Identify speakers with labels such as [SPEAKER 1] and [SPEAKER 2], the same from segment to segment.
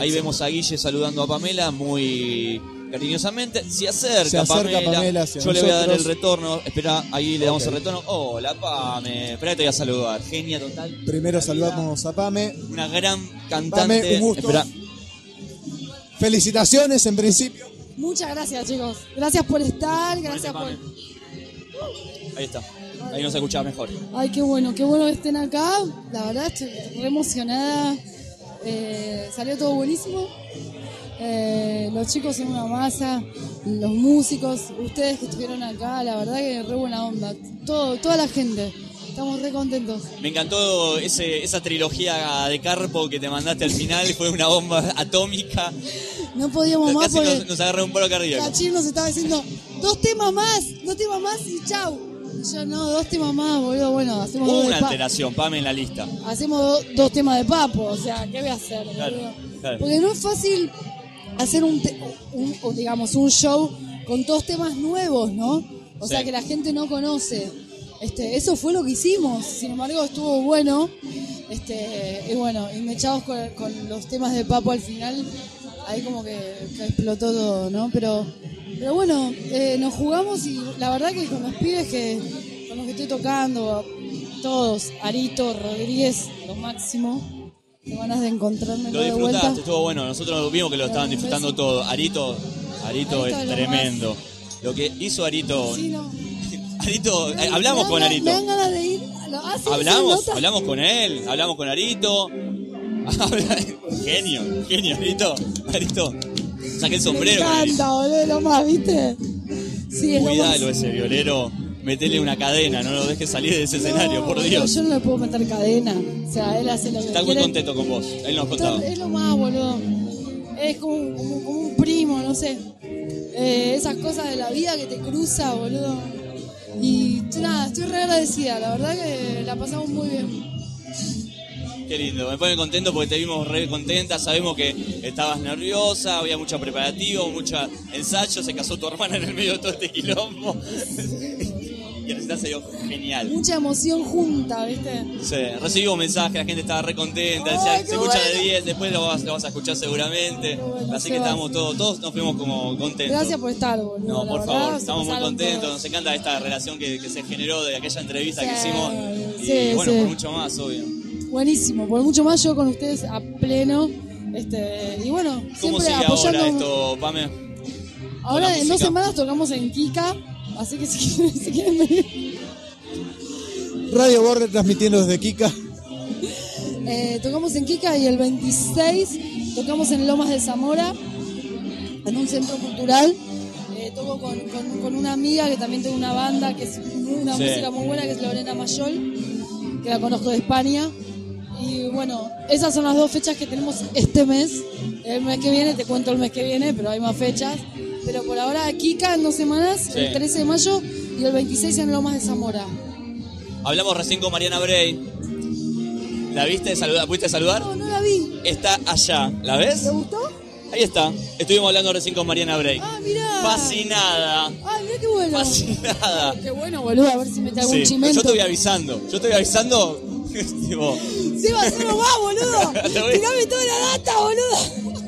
[SPEAKER 1] Ahí vemos a Guille saludando a Pamela muy cariñosamente. Se acerca,
[SPEAKER 2] Se acerca Pamela
[SPEAKER 1] Yo
[SPEAKER 2] hacia
[SPEAKER 1] le voy a dar el
[SPEAKER 2] nosotros.
[SPEAKER 1] retorno. Espera, ahí le damos
[SPEAKER 2] Ok.
[SPEAKER 1] el retorno. Hola, Pame. Espera, te voy a saludar. Genia total.
[SPEAKER 2] Primero saludamos a Pame.
[SPEAKER 1] Una gran cantante.
[SPEAKER 2] Pame, un gusto.
[SPEAKER 1] Esperá.
[SPEAKER 2] Felicitaciones en principio.
[SPEAKER 3] Muchas gracias, chicos. Gracias por estar, gracias por...
[SPEAKER 1] Pame. Ahí está. Ahí nos escuchás mejor.
[SPEAKER 3] Ay, qué bueno, qué bueno que estén acá. La verdad, estoy re emocionada. Eh, salió todo buenísimo. Eh, los chicos son una masa, los músicos, ustedes que estuvieron acá, la verdad que re buena onda. Todo, toda la gente. Estamos re contentos.
[SPEAKER 1] Me encantó ese- esa trilogía de Carpo que te mandaste al final. Fue una bomba atómica.
[SPEAKER 3] No podíamos más
[SPEAKER 1] Casi
[SPEAKER 3] porque
[SPEAKER 1] nos, nos agarró un paro cardíaco.
[SPEAKER 3] Cachir nos estaba diciendo dos temas más, dos temas más y chau. Y yo, no, dos temas más, boludo. Bueno, hacemos
[SPEAKER 1] Hubo
[SPEAKER 3] dos
[SPEAKER 1] una
[SPEAKER 3] de pa-
[SPEAKER 1] alteración, Pame, en la lista.
[SPEAKER 3] hacemos do- dos temas de papo, o sea, ¿qué voy a hacer?
[SPEAKER 1] Claro,
[SPEAKER 3] boludo?
[SPEAKER 1] claro.
[SPEAKER 3] Porque no es fácil hacer un, te- un- o digamos un show con dos temas nuevos, ¿no?
[SPEAKER 1] Sí.
[SPEAKER 3] O sea, que la gente no conoce. Este, eso fue lo que hicimos, sin embargo estuvo bueno. Este, y bueno, y mechados con, con los temas de papo al final, ahí como que, que explotó todo, ¿no? Pero, pero bueno, eh, nos jugamos y la verdad que con los pibes que, con los que estoy tocando, todos, Arito, Rodríguez, lo máximo, qué ganas de encontrarme
[SPEAKER 1] Lo
[SPEAKER 3] de vuelta.
[SPEAKER 1] disfrutaste, estuvo bueno. Nosotros vimos que lo estaban disfrutando todo. Arito, Arito
[SPEAKER 3] Arito es
[SPEAKER 1] es
[SPEAKER 3] lo
[SPEAKER 1] tremendo. Lo que hizo Arito.
[SPEAKER 3] Sí, no.
[SPEAKER 1] Arito,
[SPEAKER 3] Me
[SPEAKER 1] eh,
[SPEAKER 3] dan-
[SPEAKER 1] hablamos
[SPEAKER 3] me
[SPEAKER 1] con
[SPEAKER 3] dan-
[SPEAKER 1] Arito.
[SPEAKER 3] Me dan ganas de ir. a lo- ah, sí,
[SPEAKER 1] Hablamos,
[SPEAKER 3] sí, nota.
[SPEAKER 1] hablamos con él, hablamos con Arito. genio, genio, Arito. Arito, saqué el
[SPEAKER 3] Me
[SPEAKER 1] sombrero. con Arito.
[SPEAKER 3] encanta, boludo, lo más, ¿viste? Sí, es lo más.
[SPEAKER 1] Cuidalo ese violero, metele una cadena, no lo dejes salir de ese escenario,
[SPEAKER 3] No,
[SPEAKER 1] por Dios.
[SPEAKER 3] Yo no le puedo meter cadena. O sea, él hace lo que
[SPEAKER 1] Está muy
[SPEAKER 3] quiere.
[SPEAKER 1] contento con vos, él nos
[SPEAKER 3] Está-
[SPEAKER 1] contaba.
[SPEAKER 3] Es lo más, boludo. Es como, como- como un primo, no sé. Eh, esas cosas de la vida que te cruza, boludo. Y nada, estoy re agradecida. La verdad que la pasamos muy bien.
[SPEAKER 1] Qué lindo, me pone contento porque te vimos re contenta, sabemos que estabas nerviosa, había mucho preparativo, mucho ensayo, se casó tu hermana en el medio de todo este quilombo. y el resultado salió genial.
[SPEAKER 3] Mucha emoción junta, ¿viste?
[SPEAKER 1] Sí, recibimos mensajes, la gente estaba re contenta, decía,
[SPEAKER 3] Ay, qué
[SPEAKER 1] se escucha de
[SPEAKER 3] bueno.
[SPEAKER 1] 10, después lo vas, lo vas a escuchar seguramente.
[SPEAKER 3] Qué bueno,
[SPEAKER 1] Así que
[SPEAKER 3] Sebas.
[SPEAKER 1] estábamos todos, todos nos fuimos como contentos.
[SPEAKER 3] Gracias por estar, boludo.
[SPEAKER 1] No,
[SPEAKER 3] la
[SPEAKER 1] por
[SPEAKER 3] verdad,
[SPEAKER 1] favor,
[SPEAKER 3] se
[SPEAKER 1] estamos muy
[SPEAKER 3] pasaron
[SPEAKER 1] contentos,
[SPEAKER 3] todos.
[SPEAKER 1] nos encanta esta relación que, que se generó de aquella entrevista que
[SPEAKER 3] Sí,
[SPEAKER 1] hicimos. Y
[SPEAKER 3] sí,
[SPEAKER 1] bueno,
[SPEAKER 3] sí.
[SPEAKER 1] por mucho más, obvio.
[SPEAKER 3] Buenísimo, por mucho más yo con ustedes a pleno. Este, y bueno,
[SPEAKER 1] ¿Cómo
[SPEAKER 3] siempre
[SPEAKER 1] sigue
[SPEAKER 3] apoyando.
[SPEAKER 1] ahora esto, Pame?
[SPEAKER 3] Ahora
[SPEAKER 1] la
[SPEAKER 3] en dos
[SPEAKER 1] música?
[SPEAKER 3] semanas tocamos en Kika, así que si quieren, si quieren venir.
[SPEAKER 2] Radio Border transmitiendo desde Kika.
[SPEAKER 3] Eh, tocamos en Kika y el 26 tocamos en Lomas de Zamora, en un centro cultural. Eh, toco con, con- con una amiga que también tiene una banda, que es una
[SPEAKER 1] Sí.
[SPEAKER 3] música muy buena, que es Lorena Mayol, que la conozco de España. Y bueno, esas son las dos fechas que tenemos este mes. El mes que viene, te cuento el mes que viene, pero hay más fechas. Pero por ahora, Kika en dos semanas,
[SPEAKER 1] Sí.
[SPEAKER 3] el 13 de mayo y el 26 en Lomas de Zamora.
[SPEAKER 1] Hablamos recién con Mariana Bray. ¿La viste? Saluda, ¿Pudiste saludar?
[SPEAKER 3] No, no la vi.
[SPEAKER 1] Está allá. ¿La ves?
[SPEAKER 3] ¿Te gustó?
[SPEAKER 1] Ahí está. Estuvimos hablando recién con Mariana Bray.
[SPEAKER 3] Ah, mira.
[SPEAKER 1] Fascinada.
[SPEAKER 3] Ah, mira qué bueno.
[SPEAKER 1] Fascinada.
[SPEAKER 3] Qué bueno, boludo, a ver si mete algún
[SPEAKER 1] Sí,
[SPEAKER 3] chimento.
[SPEAKER 1] Yo te voy avisando. Yo te voy avisando. Tipo,
[SPEAKER 3] Seba, solo va, boludo.
[SPEAKER 1] Lo vi.
[SPEAKER 3] Tirame toda la data, boludo.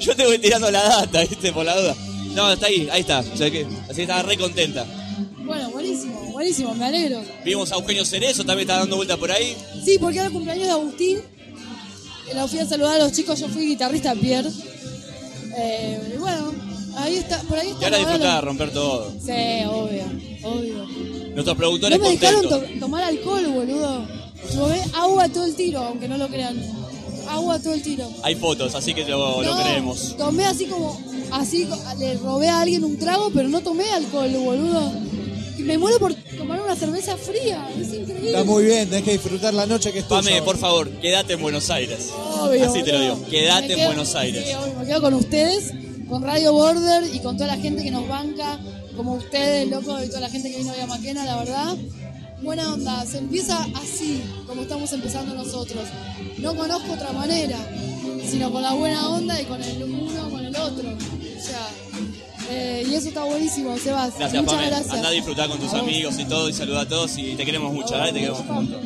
[SPEAKER 1] yo te voy tirando la data, ¿viste? Por la duda. No, está ahí, ahí está. O sea que- así que estaba re contenta.
[SPEAKER 3] Bueno, buenísimo, buenísimo, me alegro.
[SPEAKER 1] Vimos a Eugenio Cerezo, también está dando vuelta por ahí.
[SPEAKER 3] Sí, porque era el cumpleaños de Agustín. La fui a saludar a los chicos, yo fui guitarrista de Pierre. Eh, y bueno, ahí está, por ahí está.
[SPEAKER 1] Y ahora
[SPEAKER 3] Manolo.
[SPEAKER 1] disfrutaba de romper todo.
[SPEAKER 3] Sí, obvio, obvio.
[SPEAKER 1] Nuestros productores
[SPEAKER 3] No me dejaron
[SPEAKER 1] contentos.
[SPEAKER 3] to- tomar alcohol, boludo. Tomé agua todo el tiro, aunque no lo crean. Agua todo el tiro.
[SPEAKER 1] Hay fotos, así que lo, lo
[SPEAKER 3] No,
[SPEAKER 1] creemos.
[SPEAKER 3] Tomé así como, así co- le robé a alguien un trago, pero no tomé alcohol, boludo. Y Me muero por tomar una cerveza fría, es increíble.
[SPEAKER 2] Está muy bien, tenés que disfrutar la noche que es tuya.
[SPEAKER 1] Pame, por favor, quédate en Buenos Aires.
[SPEAKER 3] Obvio,
[SPEAKER 1] Así te lo
[SPEAKER 3] boludo.
[SPEAKER 1] digo, quédate
[SPEAKER 3] Me
[SPEAKER 1] en
[SPEAKER 3] quedo-
[SPEAKER 1] Buenos Aires.
[SPEAKER 3] sí, obvio, me quedo con ustedes, con Radio Border y con toda la gente que nos banca, como ustedes, loco, y toda la gente que vino hoy a Maquena, la verdad. Buena onda, se empieza así, como estamos empezando nosotros. No conozco otra manera, sino con la buena onda y con el uno, con el otro. O sea, eh, y eso está buenísimo, Sebas.
[SPEAKER 1] Gracias,
[SPEAKER 3] Muchas
[SPEAKER 1] Pame.
[SPEAKER 3] gracias.
[SPEAKER 1] Andá a disfrutar con tus
[SPEAKER 3] A vos.
[SPEAKER 1] amigos y todo, y saluda a todos, y te queremos mucho,
[SPEAKER 3] A
[SPEAKER 1] ¿vale? Te
[SPEAKER 3] vos,
[SPEAKER 1] queremos mucho.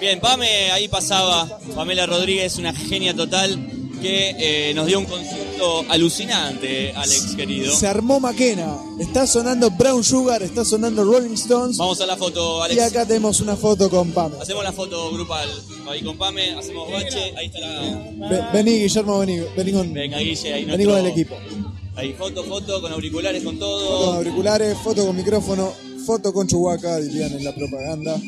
[SPEAKER 1] Bien, Pame, ahí pasaba. Pamela Rodríguez, una genia total. que eh, nos dio un concierto alucinante, Alex, querido.
[SPEAKER 2] Se armó Maquena. Está sonando Brown Sugar, está sonando Rolling Stones.
[SPEAKER 1] Vamos a la foto,
[SPEAKER 2] Y
[SPEAKER 1] Alex.
[SPEAKER 2] acá tenemos una foto con Pam.
[SPEAKER 1] Hacemos la foto grupal ahí con Pame, hacemos bache, ahí está la...
[SPEAKER 2] Ve- Vení, Guillermo, vení. Vení con,
[SPEAKER 1] Venga, Guille, ahí
[SPEAKER 2] vení con el
[SPEAKER 1] nuestro-
[SPEAKER 2] equipo.
[SPEAKER 1] Ahí foto, foto, con auriculares, con
[SPEAKER 2] Foto con
[SPEAKER 1] todo.
[SPEAKER 2] auriculares, foto con micrófono, foto con Chubaca, dirían en la propaganda.